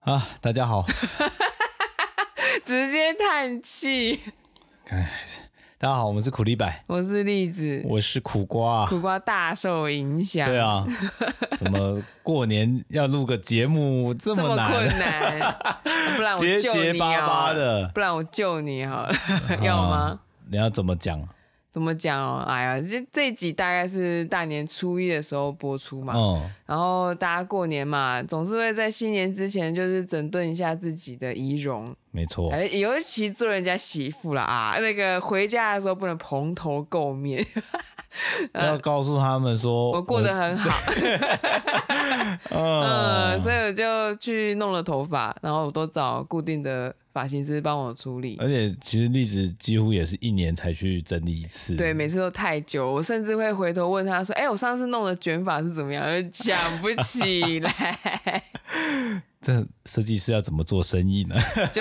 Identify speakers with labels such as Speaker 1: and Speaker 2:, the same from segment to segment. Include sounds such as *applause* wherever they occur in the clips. Speaker 1: 啊，大家好，
Speaker 2: *laughs* 直接叹气。
Speaker 1: 哎大家好，我们是苦力白，
Speaker 2: 我是栗子，
Speaker 1: 我是苦瓜、啊。
Speaker 2: 苦瓜大受影响。
Speaker 1: 对，啊，怎么过年要录个节目这
Speaker 2: 这
Speaker 1: 么
Speaker 2: 么
Speaker 1: 难？
Speaker 2: 困
Speaker 1: *laughs*
Speaker 2: 难，不然我
Speaker 1: 结
Speaker 2: 救
Speaker 1: 结
Speaker 2: 你哦好
Speaker 1: 巴
Speaker 2: 了
Speaker 1: 巴，的，啊
Speaker 2: 不然我救你
Speaker 1: *laughs*
Speaker 2: 好了，要吗？
Speaker 1: 你要怎么讲？
Speaker 2: 怎么讲哦？哎呀，这这一集大概是大年初一的时候播出嘛，
Speaker 1: 嗯，
Speaker 2: 然后大家过年嘛，总是会在新年之前就是整顿一下自己的仪容，
Speaker 1: 没错，
Speaker 2: 哎，尤其做人家媳妇啦啊，那个回家的时候不能蓬头垢面，
Speaker 1: 要告诉他们说
Speaker 2: 呃 *laughs* 我过得很好，嗯，
Speaker 1: 嗯，
Speaker 2: 所以我就去弄了头发，然后我都找固定的发型师帮我处理。
Speaker 1: 而且其实栗子几乎也是一年才去整理一次，
Speaker 2: 对，，每次都太久，我甚至会回头问他说：“哎、我上次弄的卷发是怎么样？” *laughs* 讲不起来，
Speaker 1: 这设计师要怎么做生意呢？
Speaker 2: 就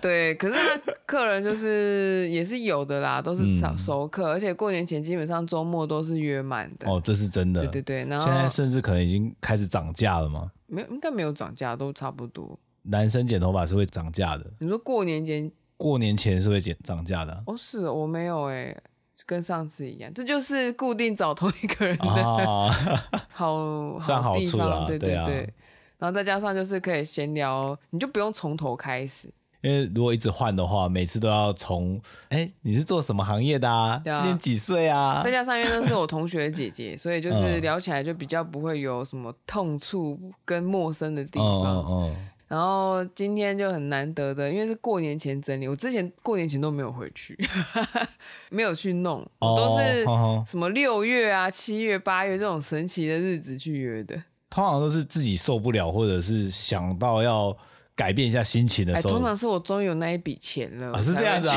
Speaker 2: 对。可是那客人就是也是有的啦，都
Speaker 1: 嗯
Speaker 2: 是熟熟客，而且过年前基本上周末都是约满的。
Speaker 1: 哦，这是真的，
Speaker 2: 对对对，然后
Speaker 1: 现在甚至可能已经开始涨价了嘛。
Speaker 2: 没有，应该没有涨价，都差不多。
Speaker 1: 男生剪头发是会涨价的，
Speaker 2: 你说过年前
Speaker 1: 过年前是会减涨价的
Speaker 2: 哦，是哦我没有哎、跟上次一样，这就是固定找同一个人 *laughs* 的、
Speaker 1: 啊。
Speaker 2: 好
Speaker 1: 算好
Speaker 2: 地
Speaker 1: 处
Speaker 2: 方
Speaker 1: 啦
Speaker 2: 对
Speaker 1: 对啊
Speaker 2: 对。然后再加上就是可以闲聊，你就不用从头开始。
Speaker 1: 因为如果一直换的话，每次都要从哎，你是做什么行业的啊？
Speaker 2: 对啊
Speaker 1: 今年几岁啊
Speaker 2: 再？加上因为那是我同学的姐姐，所以就是
Speaker 1: 嗯
Speaker 2: 聊起来就比较不会有什么痛处跟陌生的地
Speaker 1: 嗯
Speaker 2: 方。
Speaker 1: 嗯嗯，
Speaker 2: 然后今天就很难得的，因为是过年前整理，我之前过年前都没有回去， *laughs* 没有去弄，我都是
Speaker 1: 哦哦哦
Speaker 2: 什么六月啊、七月、八月这种神奇的日子去约的。
Speaker 1: 通常都是自己受不了，或者是想到要改变一下心情的
Speaker 2: 哎，
Speaker 1: 时候
Speaker 2: 通常是我终于有那一笔钱了，
Speaker 1: 啊，是这样子啊。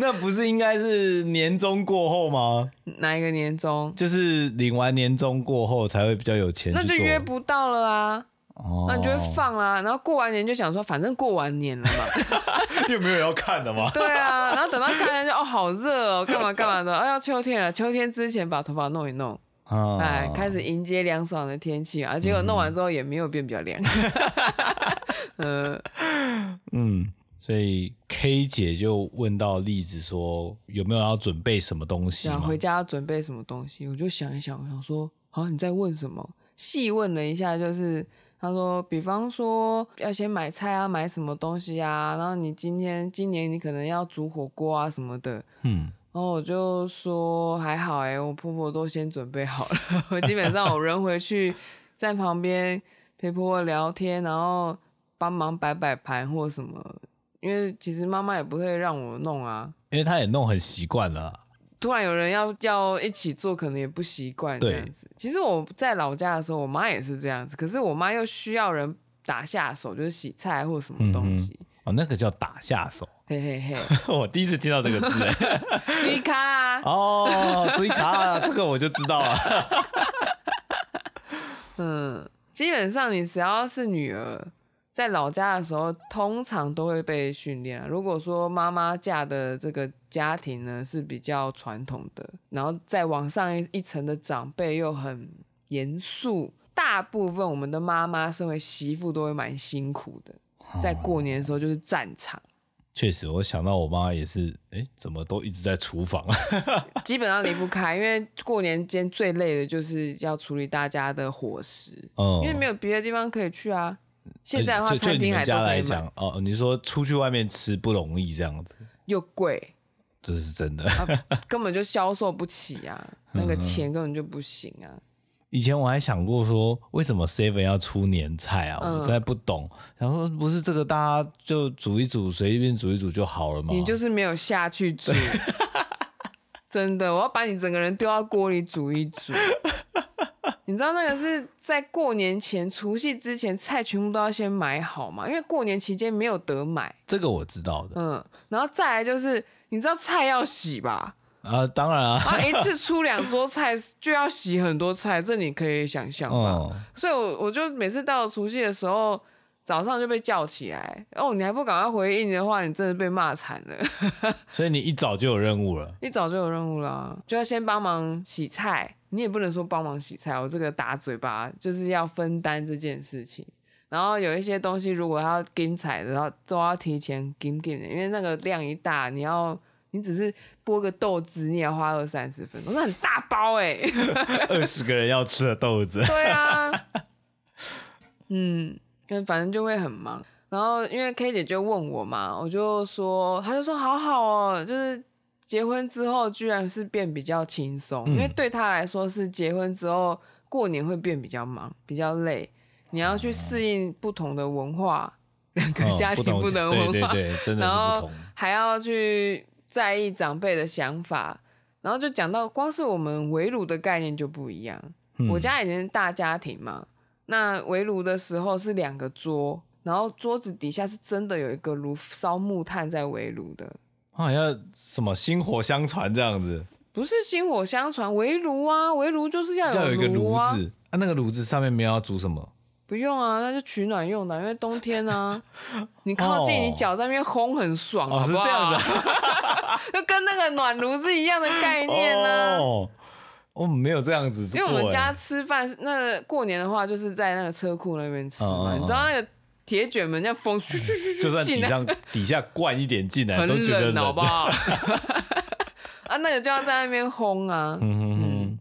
Speaker 1: *laughs* 那不是应该是年终过后吗？
Speaker 2: 哪一个年终？
Speaker 1: 就是领完年终过后才会比较有钱去
Speaker 2: 那
Speaker 1: 做，
Speaker 2: 就约不到了啊，
Speaker 1: 哦，
Speaker 2: 那你就会放啦、然后过完年就想说，反正过完年了嘛，
Speaker 1: *laughs* 有没有要看的吗？
Speaker 2: *laughs* 对啊。然后等到夏天就哦，好热哦，干嘛干嘛的，哦要秋天了，秋天之前把头发弄一弄，
Speaker 1: 啊
Speaker 2: 哎，开始迎接凉爽的天气啊。结果弄完之后也没有变比较凉，
Speaker 1: 嗯，所以 K 姐就问到栗子说有没有要准备什么东西
Speaker 2: 想
Speaker 1: 嘛？
Speaker 2: 回家要准备什么东西，我就想一想，我想说，好、你在问什么？细问了一下，就是他说，比方说要先买菜啊，买什么东西啊，然后你今天今年你可能要煮火锅啊什么的。
Speaker 1: 嗯，
Speaker 2: 然后我就说还好哎、我婆婆都先准备好了。 *laughs* 我基本上我人回去，在旁边陪婆婆聊天，然后帮忙摆摆盘或什么。因为其实妈妈也不会让我弄啊，
Speaker 1: 因为她也弄很习惯了啊，
Speaker 2: 突然有人要叫一起做，可能也不习惯这
Speaker 1: 对
Speaker 2: 样子。其实我在老家的时候，我妈也是这样子，可是我妈又需要人打下手，就是洗菜或什么东西。
Speaker 1: 哦，那个叫打下手，
Speaker 2: 嘿嘿嘿，
Speaker 1: *laughs* 我第一次听到这个字欸，
Speaker 2: 追咖啊，
Speaker 1: *laughs* 哦，追卡这个我就知道了， *laughs*
Speaker 2: 嗯，基本上你只要是女儿，在老家的时候，通常都会被训练啊。如果说妈妈嫁的这个家庭呢是比较传统的，然后再往上一一层的长辈又很严肃，大部分我们的妈妈身为媳妇都会蛮辛苦的，
Speaker 1: 哦
Speaker 2: 在过年的时候就是战场。
Speaker 1: 确实，我想到我妈也是，哎，怎么都一直在厨房，啊
Speaker 2: 基本上离不开，因为过年间最累的就是要处理大家的伙食，
Speaker 1: *laughs* 嗯，
Speaker 2: 因为没
Speaker 1: 有。
Speaker 2: 有别的地方可以去啊。现在的话，
Speaker 1: 就就
Speaker 2: 餐
Speaker 1: 你
Speaker 2: 厅还
Speaker 1: 们
Speaker 2: 都
Speaker 1: 家
Speaker 2: 可
Speaker 1: 来
Speaker 2: 以买
Speaker 1: 讲，，哦，你说出去外面吃不容易这样子，
Speaker 2: 又贵，
Speaker 1: 这是真的。
Speaker 2: 根本就销售不起啊，那个钱根本就不行啊。
Speaker 1: 以前我还想过说，为什么 Seven 要出年菜啊？
Speaker 2: 嗯
Speaker 1: 我实在不懂。然后不是这个，大家就煮一煮，随便煮一煮就好了嘛。
Speaker 2: 你就是没有下去煮，真的，我要把你整个人丢到锅里煮一煮。你知道那个是在过年前、除夕之前，菜全部都要先买好嘛，因为过年期间没有得买。
Speaker 1: 这个我知道的
Speaker 2: 嗯，然后再来就是，你知道菜要洗吧？
Speaker 1: 啊，当然
Speaker 2: *laughs*
Speaker 1: 啊，
Speaker 2: 然后一次出两桌菜就要洗很多菜，这你可以想象吧？
Speaker 1: 嗯，
Speaker 2: 所以我我就每次到除夕的时候，早上就被叫起来，哦，你还不赶快回应的话，你真的被骂惨了。 *laughs*
Speaker 1: 所以你一早就有任务了。
Speaker 2: 一早就有任务啦，就要先帮忙洗菜，你也不能说帮忙洗菜，我这个打嘴巴就是要分担这件事情。然后有一些东西如果要精彩的，然后都要提前精进的，因为那个量一大，你要你只是剥个豆子，你也要花二三十分钟，那很大包哎、
Speaker 1: 二十个人要吃的豆
Speaker 2: *laughs*
Speaker 1: 子，
Speaker 2: 对
Speaker 1: *laughs*
Speaker 2: 啊，嗯，跟反正就会很忙。然后因为 K 姐就问我嘛，我就说，她就说好好哦，就是结婚之后居然是变比较轻松，
Speaker 1: 嗯
Speaker 2: 因为对她来说是结婚之后过年会变比较忙，比较累，你要去适应不同的文化， *laughs* 两个
Speaker 1: 嗯
Speaker 2: 家庭不
Speaker 1: 不
Speaker 2: 能
Speaker 1: 同
Speaker 2: 文化，
Speaker 1: 对对对，真的
Speaker 2: 然
Speaker 1: 是不
Speaker 2: 后
Speaker 1: 同。
Speaker 2: 还要去在意长辈的想法，然后就讲到光是我们围炉的概念就不一样。
Speaker 1: 嗯
Speaker 2: 我家以前是大家庭嘛，那围炉的时候是两个桌，然后桌子底下是真的有一个炉烧木炭在围炉的，
Speaker 1: 好像什么薪火相传这样子，
Speaker 2: 不是薪火相传，围炉啊，围炉就是要
Speaker 1: 要有一个
Speaker 2: 炉
Speaker 1: 炉
Speaker 2: 啊，
Speaker 1: 子，啊，那个炉子上面没有要煮什么，
Speaker 2: 不用啊，那就取暖用的啊，因为冬天啊，
Speaker 1: *laughs*
Speaker 2: 你靠近
Speaker 1: 哦
Speaker 2: 你脚在那边烘很爽，
Speaker 1: 哦，
Speaker 2: 好
Speaker 1: 是
Speaker 2: 不好
Speaker 1: 这样子、啊，
Speaker 2: *laughs* 就跟那个暖炉是一样的概念啊。
Speaker 1: 哦，我们没有这样子过
Speaker 2: 因
Speaker 1: 欸，
Speaker 2: 为我们家吃饭是，那个过年的话，就是在那个车库那边吃
Speaker 1: 嗯
Speaker 2: 嘛。
Speaker 1: 嗯嗯嗯
Speaker 2: 你知道那个铁卷门这样风咻咻咻
Speaker 1: 就
Speaker 2: 咻
Speaker 1: 算
Speaker 2: 进
Speaker 1: 底
Speaker 2: 来，
Speaker 1: 上底下灌一点进来，
Speaker 2: 很
Speaker 1: 都觉得冷
Speaker 2: 冷，好不。
Speaker 1: *laughs*
Speaker 2: 好？ *laughs* 啊，那个就要在那边烘啊。
Speaker 1: 嗯哼哼，
Speaker 2: 嗯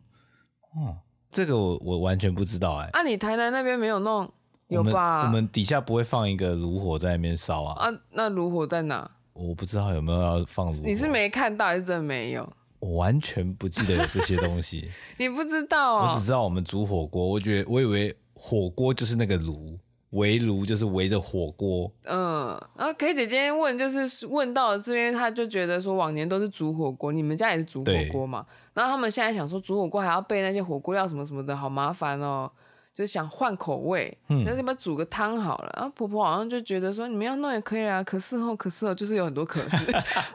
Speaker 1: 哦，这个我我完全不知道哎、
Speaker 2: 啊，你台南那边没有弄，有
Speaker 1: 我们
Speaker 2: 吧？
Speaker 1: 我们底下不会放一个炉火在那边烧啊，
Speaker 2: 啊，那炉火在哪？
Speaker 1: 我不知道有没有要放炉火。
Speaker 2: 你是没看到还是真的没有？
Speaker 1: 我完全不记得有这些东
Speaker 2: *laughs*
Speaker 1: 西，
Speaker 2: 你不知道
Speaker 1: 我
Speaker 2: 啊、
Speaker 1: 只知道我们煮火锅，我觉得我以为火锅就是那个炉，围炉就是围着火锅。
Speaker 2: 嗯，然后 K 姐今天问，就是问到了这边，她就觉得说往年都是煮火锅，你们家也是煮火锅嘛？然后他们现在想说煮火锅还要备那些火锅料什么什么的，好麻烦哦，就是想换口味，那要不要煮个汤好了？然后婆婆好像就觉得说你们要弄也可以啦，可是哦，可是哦，就是有很多可是，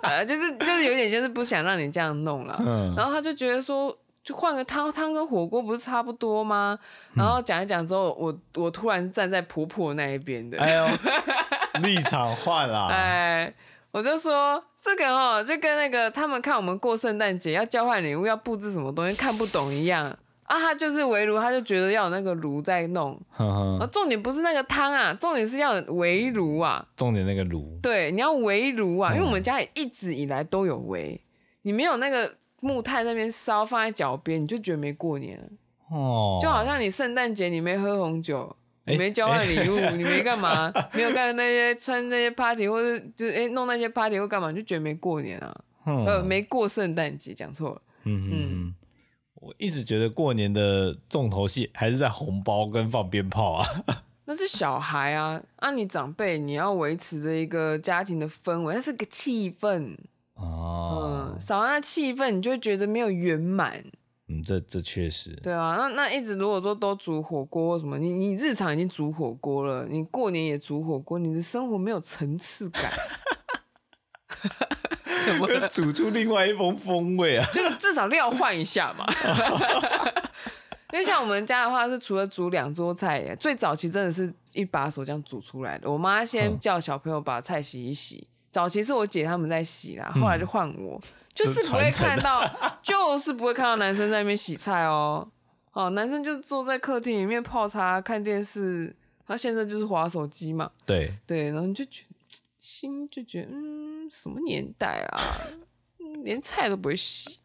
Speaker 2: 呃，就是就是有点就是不想让你这样弄了。然后她就觉得说。就换个汤，汤跟火锅不是差不多吗？然后讲一讲之后，我我突然站在婆婆那一边的，
Speaker 1: 哎
Speaker 2: *laughs*
Speaker 1: 呦，立场换啦！
Speaker 2: 哎，我就说这个哦，就跟那个他们看我们过圣诞节要交换礼物、要布置什么东西看不懂一样啊。他就是围炉，他就觉得要有那个炉在弄，
Speaker 1: 哼哼
Speaker 2: 啊，重点不是那个汤啊，重点是要有围炉啊。
Speaker 1: 重点那个炉，
Speaker 2: 对，你要围炉啊，因为我们家里一直以来都有围，你没有那个木炭那边烧放在脚边，你就觉得没过年了。
Speaker 1: 哦，
Speaker 2: 就好像你圣诞节你没喝红酒，
Speaker 1: 哎
Speaker 2: 你没交换礼
Speaker 1: *laughs*
Speaker 2: 物，你没干嘛，没有干那些穿那些 party 或者就是哎、弄那些 party 或干嘛，你就觉得没过年啊，
Speaker 1: 嗯
Speaker 2: 呃，没过圣诞节，讲错了。
Speaker 1: 嗯嗯，我一直觉得过年的重头戏还是在红包跟放鞭炮啊。
Speaker 2: 那是小孩啊，啊，你长辈你要维持着一个家庭的氛围，那是个气氛，
Speaker 1: *laughs* 哦，
Speaker 2: 嗯，少了那气氛，你就会觉得没有圆满，
Speaker 1: 嗯，这这确实，
Speaker 2: 对啊，那那一直如果说都煮火锅或什么，你你日常已经煮火锅了，你过年也煮火锅，你的生活没有层次感，怎么了？
Speaker 1: *laughs* 煮出另外一风风味啊。
Speaker 2: 就是至少料换一下嘛。 *laughs* 因为像我们家的话，是除了煮两桌菜耶，最早期真的是一把手这样煮出来的。我妈先叫小朋友把菜洗一洗，早期是我姐他们在洗啦，后来就换我，就是不会看到，就是不会看到男生在那边洗菜哦。哦，男生就坐在客厅里面泡茶、看电视，他现在就是划手机嘛。
Speaker 1: 对，
Speaker 2: 对，然后你就觉得心就觉得，嗯，什么年代啊，嗯连菜都不会洗，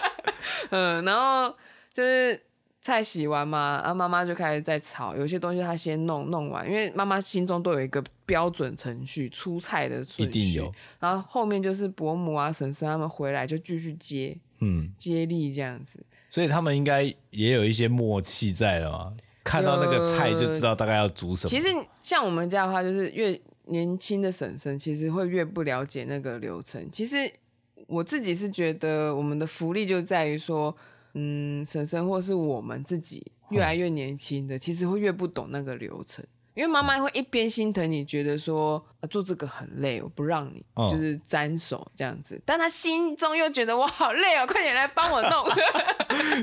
Speaker 2: *laughs* 嗯，然后就是菜洗完嘛，然后妈妈就开始在炒，有些东西她先弄弄完，因为妈妈心中都有一个标准程序，出菜的
Speaker 1: 一
Speaker 2: 顺序，
Speaker 1: 定有。
Speaker 2: 然后后面就是伯母啊、婶婶他们回来就继续接
Speaker 1: 嗯，
Speaker 2: 接力这样子，
Speaker 1: 所以他们应该也有一些默契在了嘛。看到那个菜就知道大概要煮什么。
Speaker 2: 呃其实像我们家的话，就是越年轻的婶婶，其实会越不了解那个流程。其实我自己是觉得，我们的福利就在于说，嗯，婶婶或是我们自己越来越年轻
Speaker 1: 嗯
Speaker 2: 的，其实会越不懂那个流程。因为妈妈会一边心疼你，觉得说、啊、做这个很累，我不让你，
Speaker 1: 嗯
Speaker 2: 就是沾手这样子，但她心中又觉得我好累哦，快点来帮我弄。
Speaker 1: *laughs*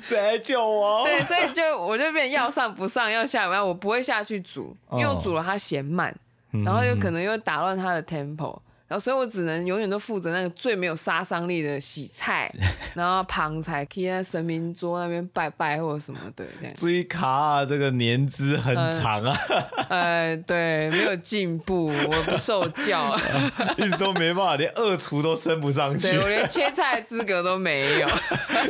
Speaker 1: 谁来救我？
Speaker 2: 对，所以就我就变要上不上，要下不要，我不会下去煮，因为我煮了它嫌慢，然后有可能又打乱它的 tempo，然后所以我只能永远都负责那个最没有杀伤力的洗菜，然后旁菜可以在神明桌那边拜拜或者什么的这样。
Speaker 1: 追卡啊，这个年资很
Speaker 2: 嗯
Speaker 1: 长啊， *laughs*
Speaker 2: 呃，对，没有进步，我不受教，
Speaker 1: 一直都没办法，连二厨都升不上去
Speaker 2: 对，我连切菜的资格都没有。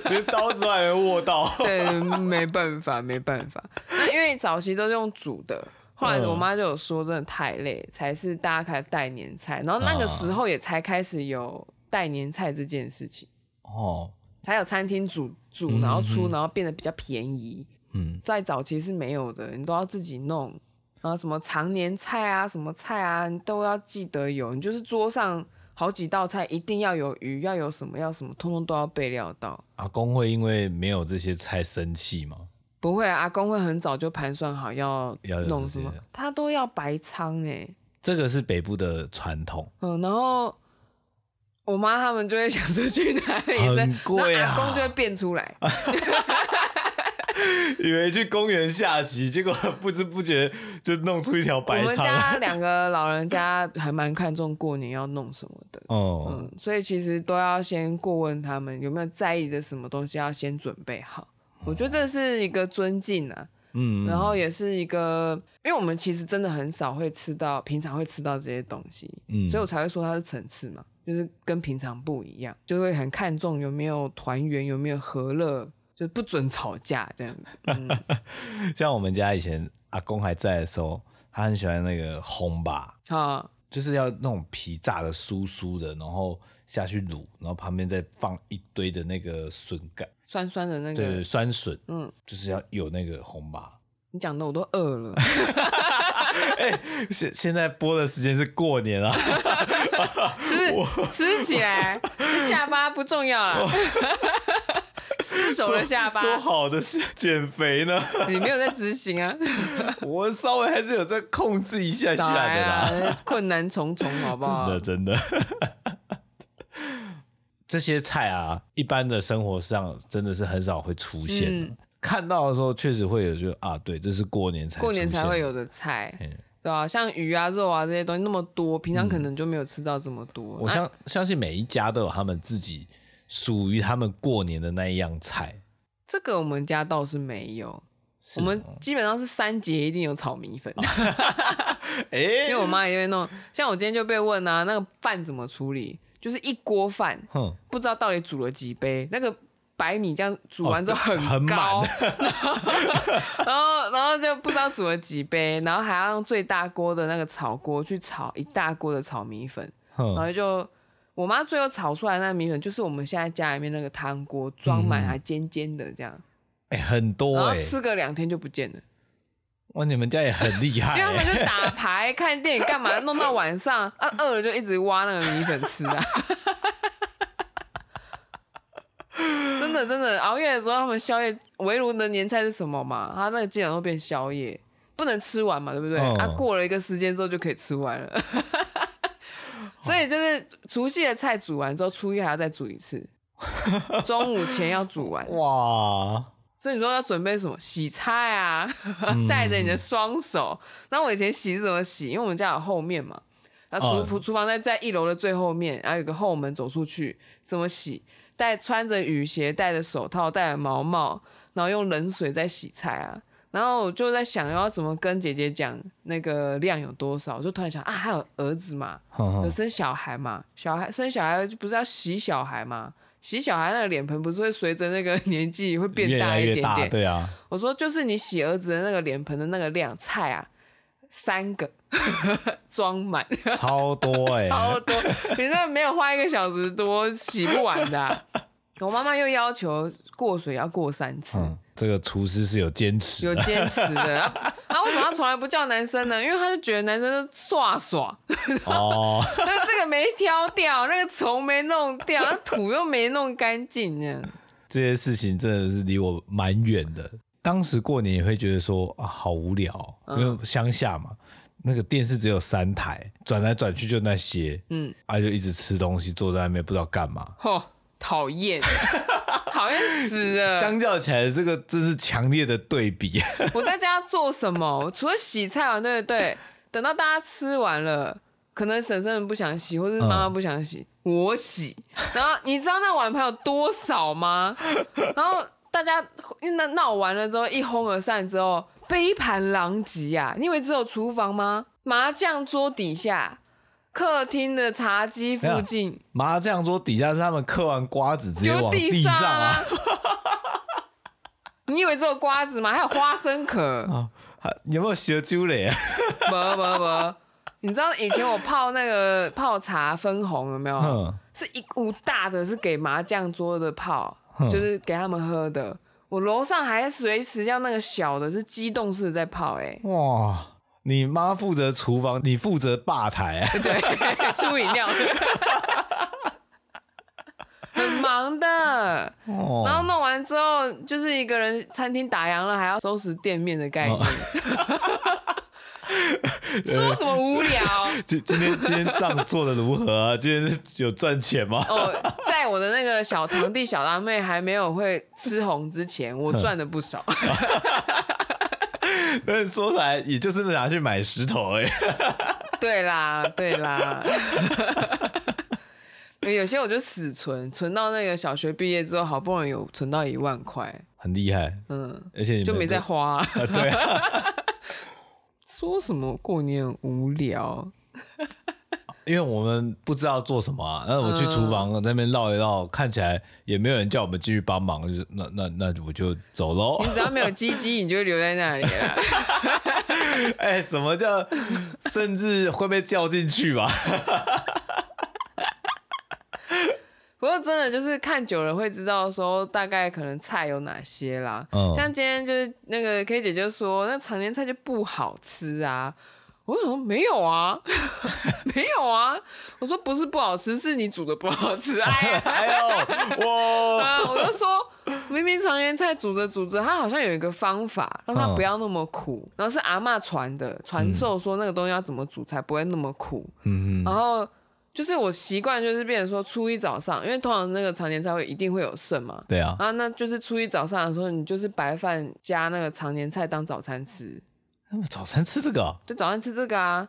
Speaker 1: 连刀子都还没握到。
Speaker 2: *laughs* 对，没办法，没办法。那因为早期都是用煮的，后来
Speaker 1: 嗯
Speaker 2: 我妈就有说，真的太累，才是大家开始带年菜，然后那个时候也才开始有带年菜这件事情，
Speaker 1: 哦，
Speaker 2: 才有餐厅煮煮，然后出，然后变得比较便宜。
Speaker 1: 嗯，
Speaker 2: 在早期是没有的，你都要自己弄，然后什么常年菜啊，什么菜啊，你都要记得有，你就是桌上。好几道菜一定要有鱼，要有什么要什么，通通都要备料到。
Speaker 1: 阿公会因为没有这些菜生气吗？
Speaker 2: 不会啊，阿公会很早就盘算好要
Speaker 1: 要有
Speaker 2: 弄
Speaker 1: 这
Speaker 2: 什么
Speaker 1: 些，
Speaker 2: 他都要白仓哎、
Speaker 1: 这个是北部的传统，
Speaker 2: 嗯，然后我妈他们就会想说去哪里生，
Speaker 1: 很贵啊
Speaker 2: 然后阿公就会变出来，
Speaker 1: 以为去公园下棋，结果不知不觉就弄出一条 *laughs*
Speaker 2: 我
Speaker 1: 白
Speaker 2: 们
Speaker 1: 肠。
Speaker 2: 家两个老人家还蛮看重过年要弄什么
Speaker 1: *laughs*
Speaker 2: 的，
Speaker 1: 哦，
Speaker 2: 嗯，所以其实都要先过问他们有没有在意的什么东西，要先准备好。我觉得这是一个尊敬啊，
Speaker 1: 嗯，
Speaker 2: 然后也是一个，因为我们其实真的很少会吃到，平常会吃到这些东西，
Speaker 1: 嗯
Speaker 2: 所以我才会说它是层次嘛，就是跟平常不一样，就会很看重有没有团圆，有没有和乐，就不准吵架这样子。
Speaker 1: 像我们家以前阿公还在的时候，他很喜欢那个烘吧，
Speaker 2: 啊，
Speaker 1: 就是要那种皮炸的酥酥的，然后下去卤，然后旁边再放一堆的那个笋干，
Speaker 2: 酸酸的那
Speaker 1: 对对，
Speaker 2: 个，
Speaker 1: 酸笋，
Speaker 2: 嗯，
Speaker 1: 就是要有那个烘吧。哎
Speaker 2: 你讲的我都
Speaker 1: *laughs*
Speaker 2: 饿了。
Speaker 1: 现现在播的时间是过年
Speaker 2: *laughs*
Speaker 1: 啊，
Speaker 2: 吃吃起来，下巴不重要
Speaker 1: *laughs*
Speaker 2: 啦， *laughs* 失手的下巴，
Speaker 1: 说好的是减肥呢？
Speaker 2: 你没有在执
Speaker 1: *laughs*
Speaker 2: 行啊，
Speaker 1: 我稍微还是有在控制一下
Speaker 2: 少
Speaker 1: 下
Speaker 2: 来
Speaker 1: 的 *laughs* 啦，
Speaker 2: 啊，困难重重，好不好？
Speaker 1: 真的真的。 *laughs* 这些菜啊，一般的生活上真的是很少会出现的。
Speaker 2: 嗯
Speaker 1: 看到的时候，确实会有就啊，对，这是过年才
Speaker 2: 过年才
Speaker 1: 出现
Speaker 2: 会有的菜
Speaker 1: 嗯，
Speaker 2: 对啊，像鱼啊、肉啊这些东西那么多，平常可能就没有吃到这么多。
Speaker 1: 我
Speaker 2: 啊
Speaker 1: 相相信每一家都有他们自己属于他们过年的那一样菜。
Speaker 2: 这个我们家倒是没有，
Speaker 1: 是哦
Speaker 2: 我们基本上是三节一定有炒米粉，
Speaker 1: 哎、
Speaker 2: 因为我妈也会弄。像我今天就被问啊，那个饭怎么处理？就是一锅饭，
Speaker 1: 哼，
Speaker 2: 不知道到底煮了几杯，那个白米这样煮完之后
Speaker 1: 哦很
Speaker 2: 高，
Speaker 1: 满
Speaker 2: 然后然后就不知道煮了几杯，然后还要用最大锅的那个炒锅去炒一大锅的炒米粉，然
Speaker 1: 哼，
Speaker 2: 后就我妈最后炒出来那个米粉就是我们现在家里面那个汤锅装
Speaker 1: 嗯
Speaker 2: 满还尖尖的这样，
Speaker 1: 哎、很多
Speaker 2: 然后
Speaker 1: 哎、
Speaker 2: 吃个两天就不见了，
Speaker 1: 哇，你们家也很厉害、
Speaker 2: 因为他
Speaker 1: 欸。
Speaker 2: 们就打牌看电影干嘛，弄到晚上啊饿了就一直挖那个米粉吃啊。 *laughs* 真的真的，熬夜的时候他们宵夜围炉的年菜是什么嘛？他那个竟然都变宵夜，不能吃完嘛，对不对？
Speaker 1: 嗯
Speaker 2: 啊，过了一个时间之后就可以吃完了。所以就是除夕的菜煮完之后，初一还要再煮一次，中午前要煮完。
Speaker 1: 哇，
Speaker 2: 所以你说要准备什么洗菜啊？ *laughs* 带着你的双手。那我以前洗是怎么洗？因为我们家有后面嘛，然后厨、厨房在在一楼的最后面，然后有个后门走出去，怎么洗？带穿着雨鞋，戴着手套，戴着毛帽，然后用冷水在洗菜啊。然后我就在想要怎么跟姐姐讲那个量有多少，我就突然想啊，还有儿子嘛，
Speaker 1: 哼
Speaker 2: 有
Speaker 1: 哼，
Speaker 2: 生小孩嘛，小孩生小孩不是要洗小孩嘛？洗小孩那个脸盆不是会随着那个 *laughs* 年纪会变
Speaker 1: 越
Speaker 2: 大
Speaker 1: 来
Speaker 2: 一
Speaker 1: 越
Speaker 2: 点
Speaker 1: 大，
Speaker 2: 点？
Speaker 1: 对啊，
Speaker 2: 我说就是你洗儿子的那个脸盆的那个量菜啊，三个 *laughs* 装
Speaker 1: *laughs*
Speaker 2: 满，
Speaker 1: 超
Speaker 2: *laughs*
Speaker 1: 多哎、
Speaker 2: 超多，你那没有花一个小时多洗不完的啊、我妈妈又要求过水要过三次，
Speaker 1: 嗯，这个厨师是有坚持
Speaker 2: 有
Speaker 1: 的，
Speaker 2: 坚持的。 *laughs* 啊，啊为什么她从来不叫男生呢？因为她就觉得男生都耍耍。
Speaker 1: 哦， *laughs*
Speaker 2: *laughs* 那这个没挑掉，那个虫没弄掉，那土又没弄干净，嗯这样
Speaker 1: 这些事情真的是离我蛮远的。当时过年也会觉得说啊，好无聊哦、
Speaker 2: 嗯
Speaker 1: 因为乡下嘛，那个电视只有三台，转来转去就那些，嗯，啊就一直吃东西，坐在那边不知道干嘛。
Speaker 2: 吼、讨厌， *laughs* 讨厌死了！
Speaker 1: 相较起来，这个真是强烈的对比。 *laughs*
Speaker 2: 啊我在家做什么？我除了洗菜完，对不对？等到大家吃完了，可能婶婶们不想洗，或者是妈妈不想洗，我洗。然后你知道那碗盘有多少吗？然后大家那闹完了之后一哄而散之后，杯盘狼藉啊！你以为只有厨房吗？麻将桌底下、客厅的茶几附近
Speaker 1: 麻将桌底下是他们嗑完瓜子直接
Speaker 2: 丢
Speaker 1: 往
Speaker 2: 地
Speaker 1: 上
Speaker 2: 上啊！ *laughs* 你以为只有瓜子吗？还有花生壳。
Speaker 1: 啊啊有没有蛇猪嘞？
Speaker 2: 不不不，你知道以前我泡那个 *laughs* 泡茶分红有没有？
Speaker 1: 嗯，
Speaker 2: 是一股大的，是给麻将桌的泡，
Speaker 1: 嗯
Speaker 2: 就是给他们喝的。我楼上还随时要那个小的，是机动式的在泡、
Speaker 1: *laughs*
Speaker 2: 欸，
Speaker 1: *laughs* 哇，你妈负责厨房，你负责吧台、啊，
Speaker 2: 对， *laughs* 出饮料， *laughs* 很忙的。然后
Speaker 1: 哦，
Speaker 2: 弄完之后，就是一个人餐厅打烊了，还要收拾店面
Speaker 1: *laughs*
Speaker 2: 的概念。 *laughs* 说什么无聊？
Speaker 1: 今今天今天账做的如何、啊？今 *laughs* 天有赚钱吗？ *laughs*
Speaker 2: 哦，在我的那个小堂弟、小堂妹还没有会吃红之前，我赚的不少。
Speaker 1: *laughs* 但是说起来，也就是拿去买石头而已。 *laughs*
Speaker 2: 对啦，对啦。 *laughs* 有些我就死存，存到那个小学毕业之后，好不容易有存到一万块，
Speaker 1: 很厉害，
Speaker 2: 嗯，
Speaker 1: 而且你们
Speaker 2: 就没再花、
Speaker 1: 啊对啊，
Speaker 2: 说什么过年很无聊，
Speaker 1: 因为我们不知道做什么啊。那我
Speaker 2: 嗯
Speaker 1: 去厨房在那边绕一绕，看起来也没有人叫我们继续帮忙，就是那那那我就走喽。
Speaker 2: 你只要没有鸡鸡，你就会留在那里了。
Speaker 1: *laughs* 哎，什么叫甚至会被叫进去吧？ *laughs*
Speaker 2: 不过真的就是看久了会知道说大概可能菜有哪些啦。
Speaker 1: 嗯
Speaker 2: 像今天就是那个 K 姐就说那常年菜就不好吃啊，我想说没有啊， *laughs* 没有啊，我说不是不好吃，是你煮的不好吃。哎呀，
Speaker 1: 哎呦， *laughs* 哇，
Speaker 2: 啊，我就说，明明常年菜煮着煮着，它好像有一个方法让它不要那么苦，然后是阿嬷传的，传授说那个东西要怎么煮才不会那么苦。
Speaker 1: 嗯
Speaker 2: 然后就是我习惯就是变成说初一早上，因为通常那个常年菜会一定会有剩嘛，
Speaker 1: 对啊，
Speaker 2: 然后那就是初一早上的时候，你就是白饭加那个常年菜当早餐吃，
Speaker 1: 他们早餐吃这个哦
Speaker 2: 就早上吃这个啊，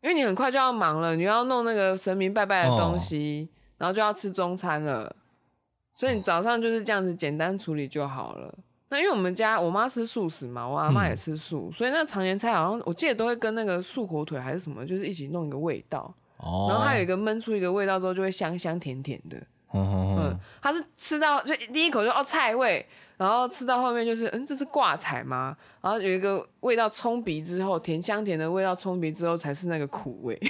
Speaker 2: 因为你很快就要忙了，你要弄那个神明拜拜的东西，然后就要吃中餐了，所以你早上就是这样子简单处理就好了。那因为我们家我妈吃素食嘛，我阿妈也吃素，所以那常年菜好像我记得都会跟那个素火腿还是什么，就是一起弄一个味道，
Speaker 1: 哦，
Speaker 2: 然后它有一个焖出一个味道之后就会香香甜甜的。
Speaker 1: 嗯，嗯嗯
Speaker 2: 嗯，它是吃到就第一口就哦菜味，然后吃到后面就是嗯这是挂彩吗？然后有一个味道冲鼻之后，甜香甜的味道冲鼻之后才是那个苦味。 *laughs*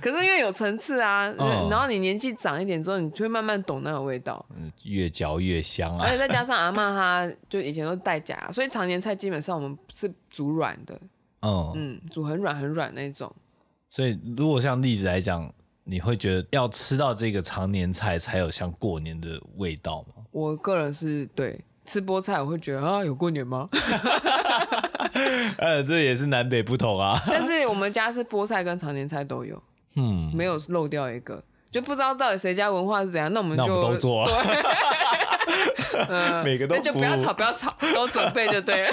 Speaker 2: 可是因为有层次啊，
Speaker 1: 嗯
Speaker 2: 然后你年纪长一点之后，你就会慢慢懂那个味道，
Speaker 1: 嗯，越嚼越香
Speaker 2: 而
Speaker 1: 啊。
Speaker 2: 且再加上阿妈她就以前都带夹，所以常年菜基本上我们是煮软的，
Speaker 1: 嗯，
Speaker 2: 嗯，煮很软很软那种。
Speaker 1: 所以如果像例子来讲，你会觉得要吃到这个常年菜才有像过年的味道吗？ *laughs*
Speaker 2: 我个人是对吃菠菜，我会觉得啊有过年吗？
Speaker 1: 呃，这也是南北不同啊。
Speaker 2: *laughs* 但是我们家是菠菜跟常年菜都有，
Speaker 1: 嗯，
Speaker 2: 没有漏掉一个，就不知道到底谁家文化是怎样。那我们
Speaker 1: 那
Speaker 2: 就
Speaker 1: 我们都做啊， *laughs*
Speaker 2: 嗯
Speaker 1: 每个都
Speaker 2: 那就
Speaker 1: 服务
Speaker 2: 不要吵，不要吵，都准备就对
Speaker 1: *laughs*
Speaker 2: 了。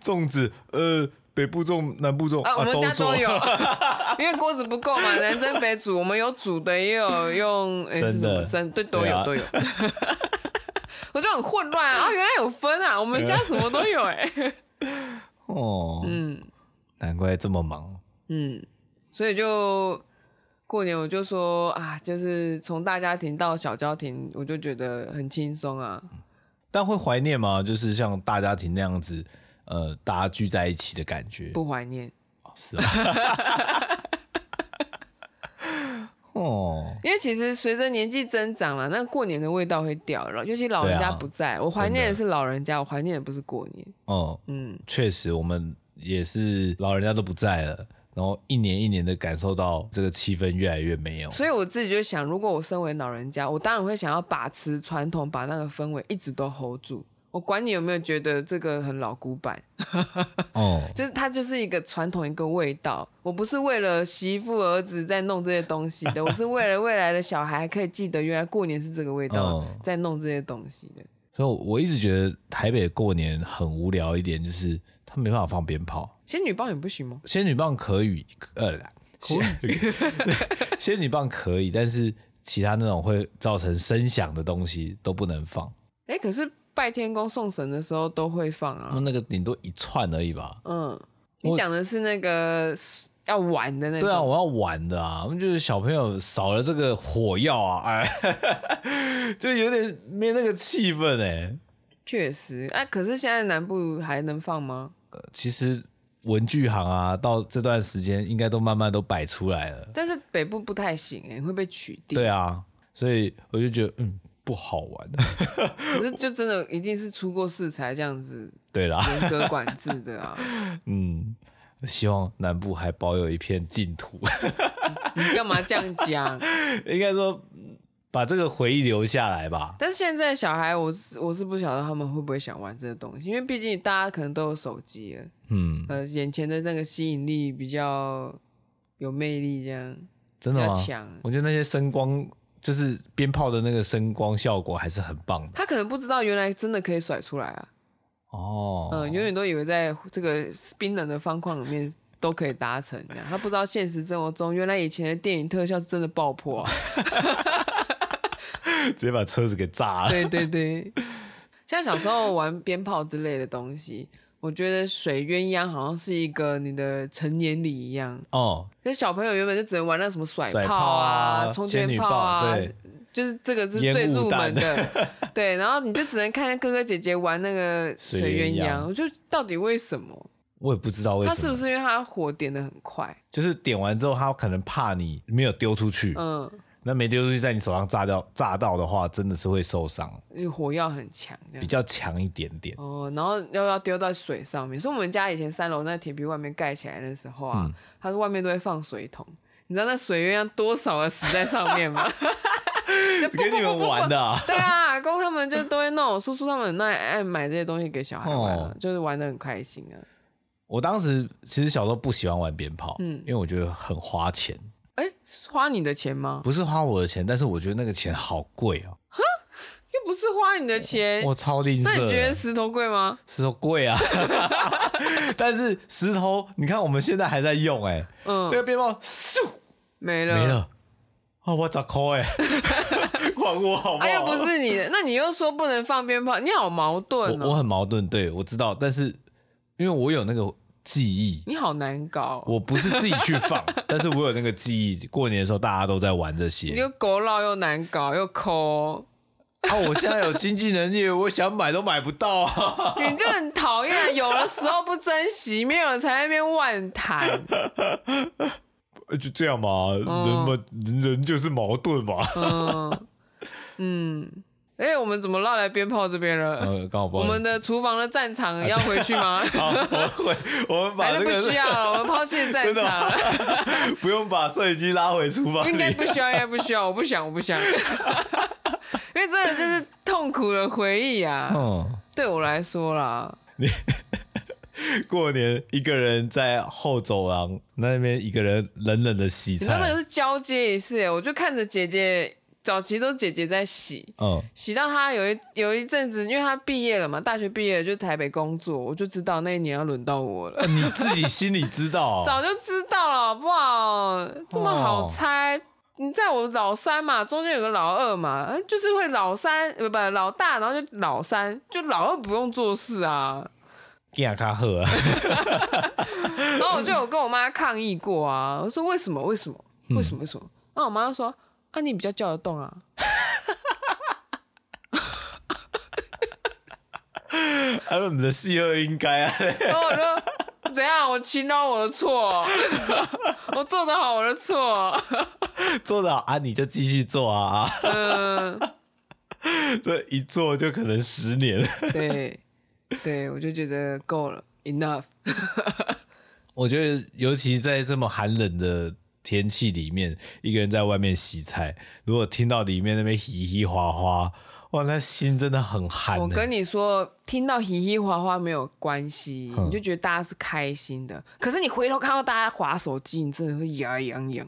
Speaker 1: 粽子，呃，北部粽、南部粽
Speaker 2: 啊，我们家
Speaker 1: 做
Speaker 2: 都
Speaker 1: *laughs*
Speaker 2: 有，因为锅子不够嘛，南蒸北煮，我们有煮的，也有用，诶是
Speaker 1: 真
Speaker 2: 什
Speaker 1: 的
Speaker 2: 么蒸？对，都
Speaker 1: 对
Speaker 2: 有
Speaker 1: 啊 *laughs*
Speaker 2: 都有。我就很混乱啊！哦原来有分啊，我们家什么都有
Speaker 1: *laughs*
Speaker 2: 哎、
Speaker 1: 哦，
Speaker 2: 嗯
Speaker 1: 难怪这么忙。
Speaker 2: 嗯，所以就过年我就说啊，就是从大家庭到小家庭，我就觉得很轻松啊。
Speaker 1: 但会怀念吗？就是像大家庭那样子，呃，大家聚在一起的感觉，
Speaker 2: 不怀念，
Speaker 1: 是吧？ *laughs* 哦，
Speaker 2: 因为其实随着年纪增长了，那过年的味道会掉了，尤其老人
Speaker 1: 对
Speaker 2: 家
Speaker 1: 啊
Speaker 2: 不在，我怀
Speaker 1: 真的
Speaker 2: 念的是老人家，我怀念的不是过年。
Speaker 1: 哦，
Speaker 2: 嗯，
Speaker 1: 确实，我们也是老人家都不在了，然后一年一年的感受到这个气氛越来越没有。
Speaker 2: 所以我自己就想，如果我身为老人家，我当然会想要把持传统，把那个氛围一直都 hold 住。我管你有没有觉得这个很老古板，
Speaker 1: 哦，
Speaker 2: 就是它就是一个传统一个味道。我不是为了媳妇儿子在弄这些东西的，我是为了未来的小孩可以记得原来过年是这个味
Speaker 1: *laughs*
Speaker 2: 道
Speaker 1: 嗯
Speaker 2: 在弄这些东西的。
Speaker 1: 所以我一直觉得台北过年很无聊一点，就是他没办法放鞭炮。
Speaker 2: 仙女棒也不行吗？
Speaker 1: 仙女棒可以，呃，仙 *laughs* 仙女棒可以，但是其他那种会造成声响的东西都不能放。
Speaker 2: 哎、可是拜天公送神的时候都会放
Speaker 1: 那
Speaker 2: 啊。
Speaker 1: 那个顶多一串而已吧。
Speaker 2: 嗯，
Speaker 1: 嗯
Speaker 2: 你
Speaker 1: 我
Speaker 2: 讲的是那个要玩的那种。
Speaker 1: 对啊，我要玩的啊，我们就是小朋友少了这个火药啊，哎， *laughs* 就有点没那个气氛哎、
Speaker 2: 确实。哎、可是现在南部还能放吗？
Speaker 1: 呃其实文具行啊，到这段时间应该都慢慢都摆出来了。
Speaker 2: 但是北部不太行、哎，会被取缔。
Speaker 1: 对啊，所以我就觉得嗯不好玩。 *laughs*
Speaker 2: 可是就真的一定是出过事才这样子
Speaker 1: 对啦，
Speaker 2: 严格管制的
Speaker 1: *laughs*
Speaker 2: 啊！
Speaker 1: 嗯，希望南部还保有一片净土， *laughs*
Speaker 2: 你干嘛这样讲？
Speaker 1: 应该说嗯把这个回忆留下来吧。
Speaker 2: 但是现在小孩，我是我是不晓得他们会不会想玩这个东西，因为毕竟大家可能都有手机了，
Speaker 1: 嗯，
Speaker 2: 呃，眼前的那个吸引力比较有魅力，这样
Speaker 1: 真的吗
Speaker 2: 比较强？
Speaker 1: 我觉得那些声光，就是鞭炮的那个声光效果还是很棒的。
Speaker 2: 他可能不知道原来真的可以甩出来啊，
Speaker 1: 哦，
Speaker 2: 嗯、永远都以为在这个冰冷的方框里面。都可以达成这样，他不知道现实生活中原来以前的电影特效是真的爆
Speaker 1: *laughs*
Speaker 2: 破、啊，
Speaker 1: 直接把车子给炸了。
Speaker 2: 对对对，像小时候玩鞭炮之类的东西，我觉得水鸳鸯好像是一个你的成年礼一样。
Speaker 1: 哦，
Speaker 2: 那小朋友原本就只能玩那什么甩
Speaker 1: 甩
Speaker 2: 炮
Speaker 1: 啊，
Speaker 2: 冲
Speaker 1: 仙
Speaker 2: 天
Speaker 1: 女
Speaker 2: 炮
Speaker 1: 棒，
Speaker 2: 啊，
Speaker 1: 对，
Speaker 2: 就是这个是
Speaker 1: 烟
Speaker 2: 最
Speaker 1: 雾
Speaker 2: 入
Speaker 1: 弹 *laughs*
Speaker 2: 门的。对，然后你就只能看哥哥姐姐玩那个
Speaker 1: 水
Speaker 2: 水
Speaker 1: 鸳
Speaker 2: 鸳
Speaker 1: 鸯
Speaker 2: 鸯，我就到底为什么？
Speaker 1: 我也不知道为
Speaker 2: 他
Speaker 1: 什么，
Speaker 2: 是不是因为他火点的很快？
Speaker 1: 就是点完之后，他可能怕你没有丢出去，
Speaker 2: 嗯，
Speaker 1: 那没丢出去在你手上炸掉炸到的话，真的是会受伤，
Speaker 2: 就火药很强这
Speaker 1: 比
Speaker 2: 样。
Speaker 1: 较强一点点。
Speaker 2: 哦，然后又要丢到水上面，所以我们家以前三楼那铁皮外面盖起来的时候啊，
Speaker 1: 嗯
Speaker 2: 它是外面都会放水桶，你知道那水鸳鸯多少个死在上
Speaker 1: *laughs*
Speaker 2: 面吗？就
Speaker 1: 给你们玩的、啊，
Speaker 2: 对啊，阿公他们就都会弄，叔叔他们那爱买这些东西给小孩玩、啊，
Speaker 1: 哦
Speaker 2: 就是玩的很开心啊。
Speaker 1: 我当时其实小时候不喜欢玩鞭炮，
Speaker 2: 嗯
Speaker 1: 因为我觉得很花钱，
Speaker 2: 哎、花你的钱吗？
Speaker 1: 不是花我的钱，但是我觉得那个钱好贵哦，
Speaker 2: 又不是花你的钱，
Speaker 1: 我欸超吝
Speaker 2: 哎那
Speaker 1: 啬
Speaker 2: 你觉得
Speaker 1: 的，
Speaker 2: 石头贵吗？
Speaker 1: 石头贵
Speaker 2: *laughs*
Speaker 1: 啊，但是石头你看我们现在还在用哎、
Speaker 2: 嗯
Speaker 1: 那个鞭炮咻
Speaker 2: 没了，
Speaker 1: 没了，啊我咋抠
Speaker 2: *laughs*
Speaker 1: 哎，还我好不好？
Speaker 2: 啊，又不是你的，那你又说不能放鞭炮，你好矛盾
Speaker 1: 我我
Speaker 2: 哦，
Speaker 1: 很矛盾，对我知道，但是因为我有那个记忆，
Speaker 2: 你好难搞哦。
Speaker 1: 我不是自己去
Speaker 2: *laughs*
Speaker 1: 放，但是我有那个记忆，过年的时候大家都在玩这些
Speaker 2: 你，又狗老又难搞又抠，哦
Speaker 1: 啊，我现在有经济能力，我想买都买不到啊！ *laughs*
Speaker 2: 你就很讨厌。有的时候不珍惜，没有人才在那边
Speaker 1: *laughs*
Speaker 2: 万谈。
Speaker 1: 就这样
Speaker 2: 哦
Speaker 1: 嘛，人嘛，人就是矛盾嘛。
Speaker 2: 嗯哎、我们怎么落来鞭炮这边了？
Speaker 1: *laughs* 呃，刚好不
Speaker 2: *laughs* 我
Speaker 1: 好意思 *laughs*
Speaker 2: 们的厨房的战场要回去吗？
Speaker 1: 哎好，我会，我们把
Speaker 2: 还
Speaker 1: 这
Speaker 2: 是不
Speaker 1: 个
Speaker 2: 需要了？我们抛弃战
Speaker 1: *laughs* 真的
Speaker 2: 场
Speaker 1: 吗，不用把摄影机拉回厨房
Speaker 2: *laughs* 应该
Speaker 1: 里。
Speaker 2: 不需要，应该不需要，我不想，我不想。因为真的就是痛苦的回忆啊，
Speaker 1: 嗯，
Speaker 2: 对我来说啦，
Speaker 1: 过年一个人在后走廊那边一个人冷冷的洗
Speaker 2: 你知道那
Speaker 1: 菜
Speaker 2: 个，是交接仪式耶，我就看着姐姐，早期都是姐姐在洗，
Speaker 1: 嗯，
Speaker 2: 洗到他有一有一阵子，因为他毕业了嘛，大学毕业了就台北工作，我就知道那一年要轮到我了，
Speaker 1: 你自己心里知道哦，
Speaker 2: *laughs* 早就知道了，好不好？这么好猜，你在我老三嘛，中间有个老二嘛，呃就是会老三呃不老大，然后就老三，就老二不用做事啊。
Speaker 1: 给卡喝，啊
Speaker 2: *laughs* 然后我就有跟我妈抗议过啊，我说为什么为什么为什么为什么？然后我妈就说啊，你比较叫得动啊。
Speaker 1: 还有你的戏二应该啊， *laughs*
Speaker 2: 然后我就怎样，我勤劳我的错，我做得好我的错。
Speaker 1: 做得好啊，你就继续做啊，啊 *laughs*
Speaker 2: 嗯，
Speaker 1: 这一做就可能十年。 *laughs*
Speaker 2: 对，对，我就觉得够了，enough。
Speaker 1: 我觉得，尤其在这么寒冷的天气里面，一个人在外面洗菜，如果听到里面那边嘻嘻哗哗，哇，那心真的很寒、
Speaker 2: 我
Speaker 1: 欸。
Speaker 2: 跟你说，听到嘻嘻哗哗没有关系，你就觉得大家是开心的。可是你回头看到大家划手机，你真的会牙痒痒。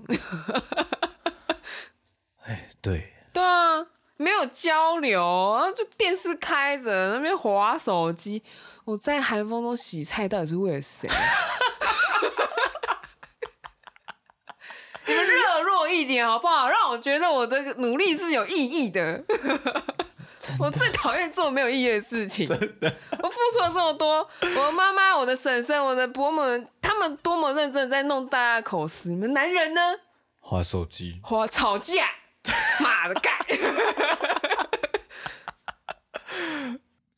Speaker 1: 对，
Speaker 2: 对啊，没有有交流，然后就电视开着，那边划手机。我在寒风中洗菜到底是为了谁？ *laughs* 你们热络一点好不好？让我觉得我的努力是有意义的。我最讨厌做没有意义的事情。我付出了这么多，我妈妈、我的婶婶、我的伯母，他们多么认真地在弄大家的口实，你们男人呢？
Speaker 1: 划手机，
Speaker 2: 或吵 *laughs* 架，妈的干！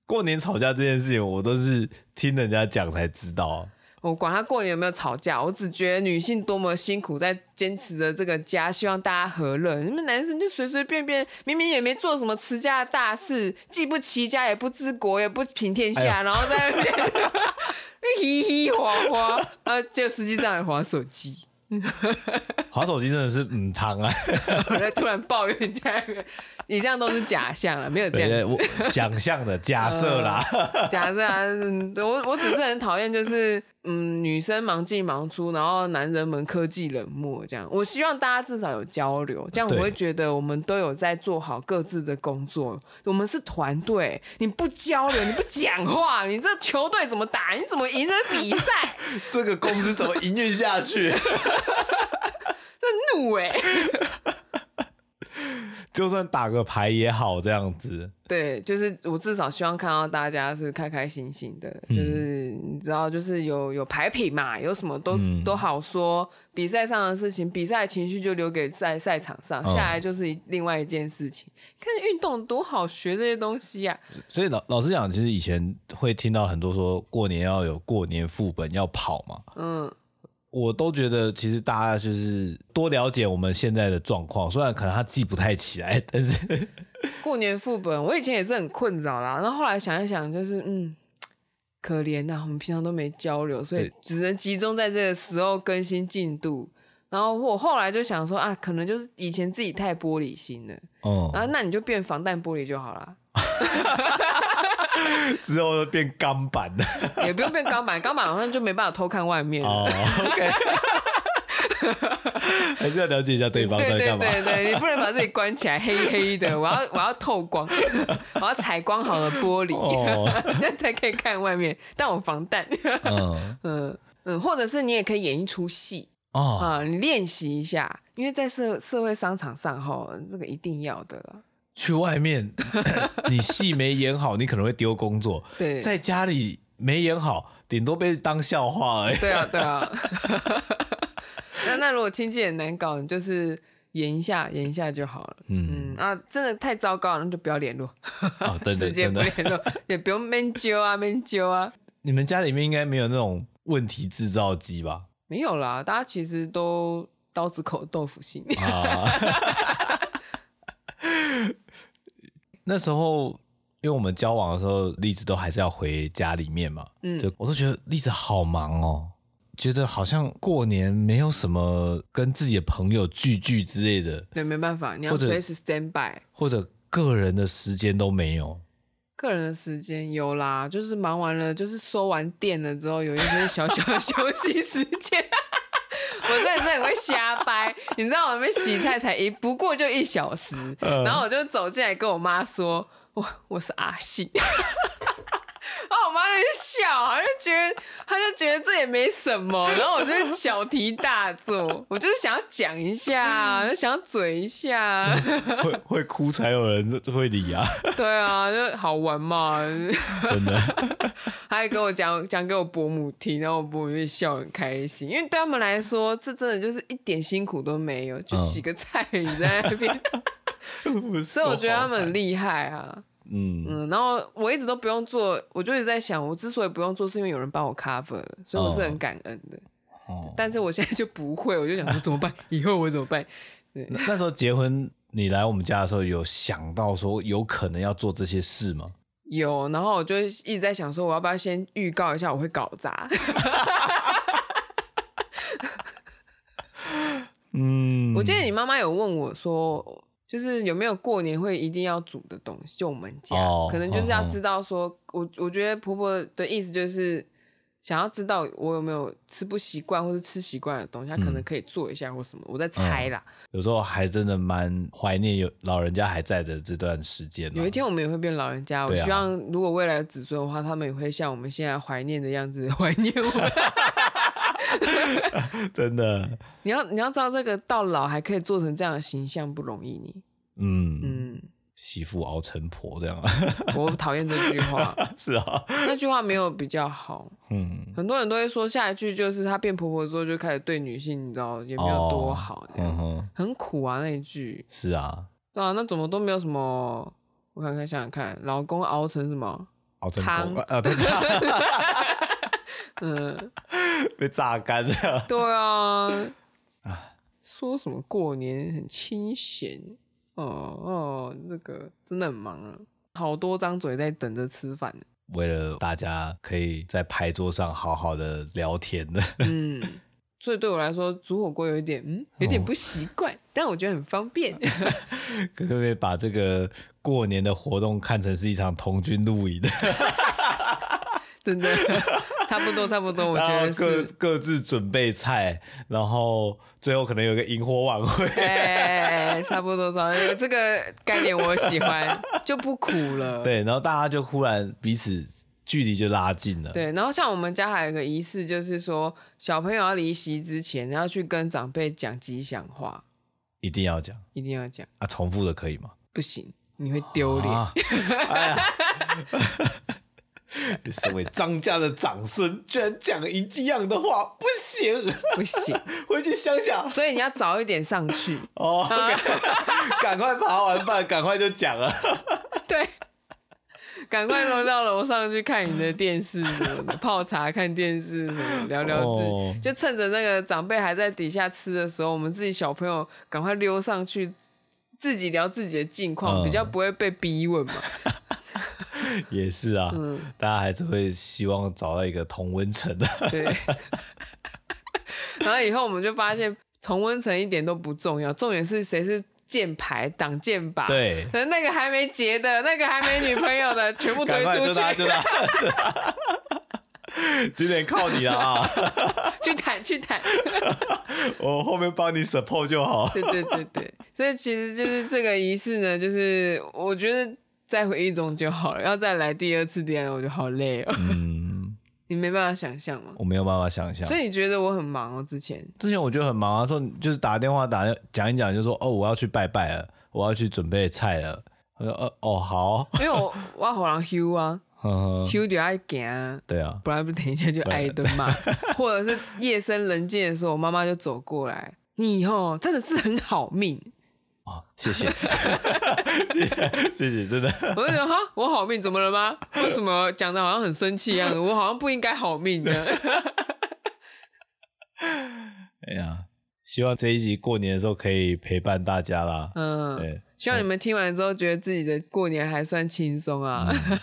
Speaker 1: 过年吵架这件事情，我都是听人家讲才知道啊。
Speaker 2: 我管他过年有没有吵架，我只觉得女性多么辛苦，在坚持着这个家，希望大家和乐。你们男生就随随便便，明明也没做什么持家的大事，既不齐家，也不治国，也不平天下，然后在那边 *laughs* 嘻嘻哈哈，啊，就实际上也划手机。 *laughs*
Speaker 1: 划手机真的是嗯汤啊，
Speaker 2: 我在突然抱怨家里面，你这样都是假象啊了，没 *laughs* 有这样子。
Speaker 1: 我想象的假设
Speaker 2: *laughs*
Speaker 1: 啦。
Speaker 2: 假设啊，嗯我我只是很讨厌，就是嗯，女生忙进忙出，然后男人们科技冷漠这样。我希望大家至少有交流，这样我
Speaker 1: 对
Speaker 2: 会觉得我们都有在做好各自的工作，我们是团队。你不交流，你不讲话，你这球队怎么打？你怎么赢得比赛？ *laughs*
Speaker 1: 这个公司怎么营运下去？ *laughs*
Speaker 2: 这怒哎、
Speaker 1: 就算打个牌也好，这样子。
Speaker 2: 对，就是我至少希望看到大家是开开心心的，就是你知道，就是有有牌品嘛，有什么都、都好说。比赛上的事情，比赛的情绪就留给在赛场上，
Speaker 1: 嗯
Speaker 2: 下来就是一另外一件事情。看运动多好学这些东西啊呀、
Speaker 1: 所以老老实讲，其实以前会听到很多说过年要有过年副本要跑嘛，
Speaker 2: 嗯，
Speaker 1: 我都觉得其实大家就是多了解我们现在的状况，虽然可能他记不太起来，但
Speaker 2: *laughs*
Speaker 1: 是
Speaker 2: 过年副本，我以前也是很困扰啦。然后后来想一想，就是嗯，可怜呐、我们平常都没交流，所以
Speaker 1: 对
Speaker 2: 只能集中在这个时候更新进度。然后我后来就想说啊，可能就是以前自己太玻璃心了，
Speaker 1: 嗯，
Speaker 2: 啊，那你就变防弹玻璃就好了，
Speaker 1: 之后就变钢板了。
Speaker 2: 也不用变钢板，钢板好像就没办法偷看外面了。
Speaker 1: 哦，OK，还是要了解一下对方
Speaker 2: 对
Speaker 1: 在
Speaker 2: 对
Speaker 1: 干嘛。
Speaker 2: 对对，你不能把自己关起来，黑黑的。我要我要透光，我要采光好的玻璃， *laughs*
Speaker 1: 哦，
Speaker 2: 那才可以看外面。但我防弹，
Speaker 1: 嗯，
Speaker 2: 嗯嗯，或者是你也可以演一出戏
Speaker 1: 哦，
Speaker 2: 啊、你练习一下，因为在社社会商场上吼，这个一定要的了。
Speaker 1: 去外面 *laughs* 你戏没演好，你可能会丢工作；
Speaker 2: 对
Speaker 1: 在家里没演好，顶多被当笑话而已。
Speaker 2: 对啊对啊。 *laughs* 那那如果经济很难搞，你就是演一下演一下就好了。
Speaker 1: 嗯，
Speaker 2: 嗯啊，真的太糟糕了，那就不要联络，
Speaker 1: 哦，真的
Speaker 2: 直接
Speaker 1: 真
Speaker 2: 不
Speaker 1: 的，
Speaker 2: 联络，也不用闷揪啊，闷揪啊，
Speaker 1: 你们家里面应该没有那种问题制造机吧？
Speaker 2: 没有啦，大家其实都刀子口豆腐心。 *laughs*
Speaker 1: 啊，那时候因为我们交往的时候，栗子都还是要回家里面嘛，嗯，就我都觉得栗子好忙哦，觉得好像过年没有什么跟自己的朋友聚聚之类的，
Speaker 2: 对，没办法，你要
Speaker 1: 或者
Speaker 2: 随时 stand by。
Speaker 1: 或者个人的时间都没有。 *laughs*
Speaker 2: 个人的时间有啦，就是忙完了，就是收完店了之后，有一些小小的 *laughs* 休息时间。我真的是很会瞎掰，你知道我们洗菜才一不过就一小时，
Speaker 1: 嗯
Speaker 2: 然后我就走进来跟我妈说，我我是阿信。 *laughs* 然后我妈就笑啊，她就觉得她就觉得这也没什么，然后我就是小题大做，我就是想要讲一下，就想要嘴一下，啊
Speaker 1: 会会哭才有人会理啊！
Speaker 2: *laughs* 对啊，就好玩嘛。
Speaker 1: 真的，
Speaker 2: 他还跟我讲讲给我伯母听，然后我伯母就笑得很开心，因为对他们来说，这真的就是一点辛苦都没有，就洗个菜你在那边， *laughs* 所
Speaker 1: 所
Speaker 2: 以我觉得他们很厉害啊。
Speaker 1: *laughs* 嗯，
Speaker 2: 嗯，然后我一直都不用做，我就一直在想，我之所以不用做，是因为有人帮我 cover 了，所以我是很感恩的。
Speaker 1: 哦
Speaker 2: 但是我现在就不会，我就想说怎么办？以后我怎么办？
Speaker 1: 那那时候结婚，你来我们家的时候，有想到说有可能要做这些事吗？
Speaker 2: 有，然后我就一直在想说，我要不要先预告一下我会搞砸？
Speaker 1: 嗯，
Speaker 2: 我记得你妈妈有问我说，就是有没有过年会一定要煮的东西，就我们家，
Speaker 1: 哦
Speaker 2: 可能就是要
Speaker 1: 哦哦
Speaker 2: 知道说，我我觉得婆婆的意思就是。想要知道我有没有吃不习惯或是吃习惯的东西，他
Speaker 1: 嗯
Speaker 2: 可能可以做一下或什么，我在猜啦。
Speaker 1: 有时候还真的蛮怀念有老人家还在的这段时间啊啦。
Speaker 2: 有一天我们也会变老人家，我
Speaker 1: 对啊
Speaker 2: 希望如果未来有子孙的话，他们也会像我们现在怀念的样子 *laughs* 怀念我们。
Speaker 1: 真的，
Speaker 2: 你要你要知道，这个到老还可以做成这样的形象不容易你。
Speaker 1: 嗯，
Speaker 2: 嗯，
Speaker 1: 媳妇熬成婆这样，啊
Speaker 2: 我讨厌这句话，
Speaker 1: *laughs* 是啊，
Speaker 2: 那句话没有比较好。
Speaker 1: 嗯，
Speaker 2: 很多人都会说下一句就是她变婆婆之后就开始对女性，你知道也没有多好，这样、
Speaker 1: 嗯哼，
Speaker 2: 很苦啊那一句。
Speaker 1: 是啊，
Speaker 2: 对啊，那怎么都没有什么？我看看想想看，老公熬成什么？
Speaker 1: 熬成 *laughs*
Speaker 2: 汤
Speaker 1: 婆，呃，被榨，
Speaker 2: *laughs* 嗯，
Speaker 1: *laughs* 被榨干了。 *laughs*
Speaker 2: 对啊，说什么过年很清闲？哦哦，那个真的很忙啊，好多张嘴在等着
Speaker 1: *laughs*
Speaker 2: 吃饭呢。
Speaker 1: 为了大家可以在牌桌上好好的聊天的，
Speaker 2: 嗯，所以对我来说，煮火锅有一点嗯，有
Speaker 1: 哦
Speaker 2: 点不习惯，但我觉得很方便。
Speaker 1: *laughs* 可不可以把这个过年的活动看成是一场童军露营？*laughs*
Speaker 2: 真的，差不多差不多，我觉
Speaker 1: 然后
Speaker 2: 得
Speaker 1: 各
Speaker 2: 是。
Speaker 1: 各自准备菜，然后最后可能有个萤火晚会。 *laughs*
Speaker 2: 哎哎，哎哎差不多，差不多，这个概念我
Speaker 1: *laughs*
Speaker 2: 喜欢，就不苦了。
Speaker 1: 对，然后大家就忽然彼此距离就拉近了。，
Speaker 2: 对，然后像我们家还有一个仪式，就是说小朋友要离席之前，要去跟长辈讲吉祥话，
Speaker 1: 一定要讲
Speaker 2: 一定要讲，
Speaker 1: 啊，重复的可以吗？
Speaker 2: 不行你会丢脸。
Speaker 1: 啊！哎呀， *laughs* 身为张家的长孙，居然讲一样的话，不行， *laughs*
Speaker 2: 不行，
Speaker 1: 回去乡下
Speaker 2: 所以你要早一点上
Speaker 1: *laughs*
Speaker 2: 去。
Speaker 1: 哦，
Speaker 2: 啊
Speaker 1: 赶快扒完饭，赶快就讲了。
Speaker 2: 对，赶快楼到楼上去看你的电视什么的，泡茶看电视什么的，聊聊自己。
Speaker 1: 哦
Speaker 2: 就趁着那个长辈还在底下吃的时候，我们自己小朋友赶快溜上去。自己聊自己的近
Speaker 1: 嗯
Speaker 2: 况，比较不会被逼问嘛。
Speaker 1: 也是啊，
Speaker 2: 嗯
Speaker 1: 大家还是会希望找到一个同温层的。 *laughs*
Speaker 2: 对。然后以后我们就发现，重温层一点都不重要，重点是谁是箭牌挡箭靶。。
Speaker 1: 对，
Speaker 2: 可能那个还没结的，那个还没女朋友的，全部
Speaker 1: *laughs*
Speaker 2: 推
Speaker 1: 赶快
Speaker 2: *laughs* 出
Speaker 1: 就他
Speaker 2: 去，
Speaker 1: 就他。 *laughs* 今天靠你了 *laughs* 啊！
Speaker 2: 去谈去谈。
Speaker 1: 我后面帮你 support 就好。
Speaker 2: 对对对对，所以其实就是这个仪式呢，就是我觉得在回忆中就好了，要再来第二次、第二次我就好累哦。
Speaker 1: 嗯，
Speaker 2: 你没办法想象吗？
Speaker 1: 我没有办法想象
Speaker 2: 所。以你觉得我很忙哦？之前
Speaker 1: 之前我觉得很忙啊，说就是打电话打讲一讲，就说哦，我要去拜拜了，我要去准备菜了。我说呃哦
Speaker 2: *laughs*
Speaker 1: 好，
Speaker 2: 因
Speaker 1: *laughs*
Speaker 2: 为我我好像 Hugh 啊
Speaker 1: 呵呵
Speaker 2: ，Hugh 就爱行啊。
Speaker 1: 对啊，
Speaker 2: 不然不等一下就挨一顿骂，或者是夜深人静的时候，我妈妈就走过来，你哦真的是很好命，
Speaker 1: 哦谢 *laughs* 谢，谢谢谢谢，真的
Speaker 2: 我就觉得哈我好命怎么了吗？为什么讲的好像很生气一样的？我好像不应该好
Speaker 1: *laughs*
Speaker 2: 命的。
Speaker 1: 哎呀，希望这一集过年的时候可以陪伴大家啦。
Speaker 2: 嗯，
Speaker 1: 对，
Speaker 2: 希望你们听完之后觉得自己的过年还算轻松啊，
Speaker 1: 嗯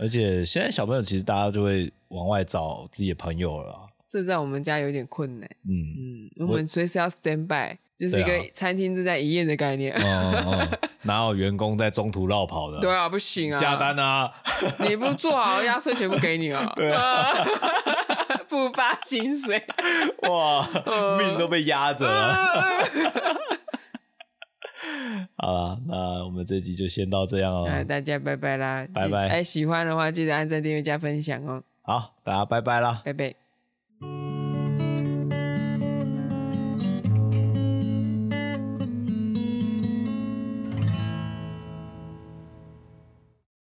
Speaker 1: 而且现在小朋友其实大家就会往外找自己的朋友了啊。
Speaker 2: *laughs* 这在我们家有点困难。
Speaker 1: 嗯
Speaker 2: 嗯，我们随时要 stand by，就是一
Speaker 1: 对啊
Speaker 2: 个餐厅自在一夜的概念。
Speaker 1: 嗯嗯，哪有员工在中途绕跑的？
Speaker 2: 对啊，不行啊，
Speaker 1: 加单
Speaker 2: *laughs*
Speaker 1: 啊，
Speaker 2: 你不做好压岁钱不给你
Speaker 1: *laughs*
Speaker 2: 啊，对啊， *laughs* 不发薪水。
Speaker 1: 哇，命都被压着了。
Speaker 2: 呃
Speaker 1: *laughs* 好了，那我们这集就先到这样哦。
Speaker 2: 那大家拜拜啦，
Speaker 1: 拜
Speaker 2: 记
Speaker 1: 拜
Speaker 2: 哎，喜欢的话记得按赞、订阅、加分享哦，
Speaker 1: 好，大家拜拜啦。
Speaker 2: 拜拜。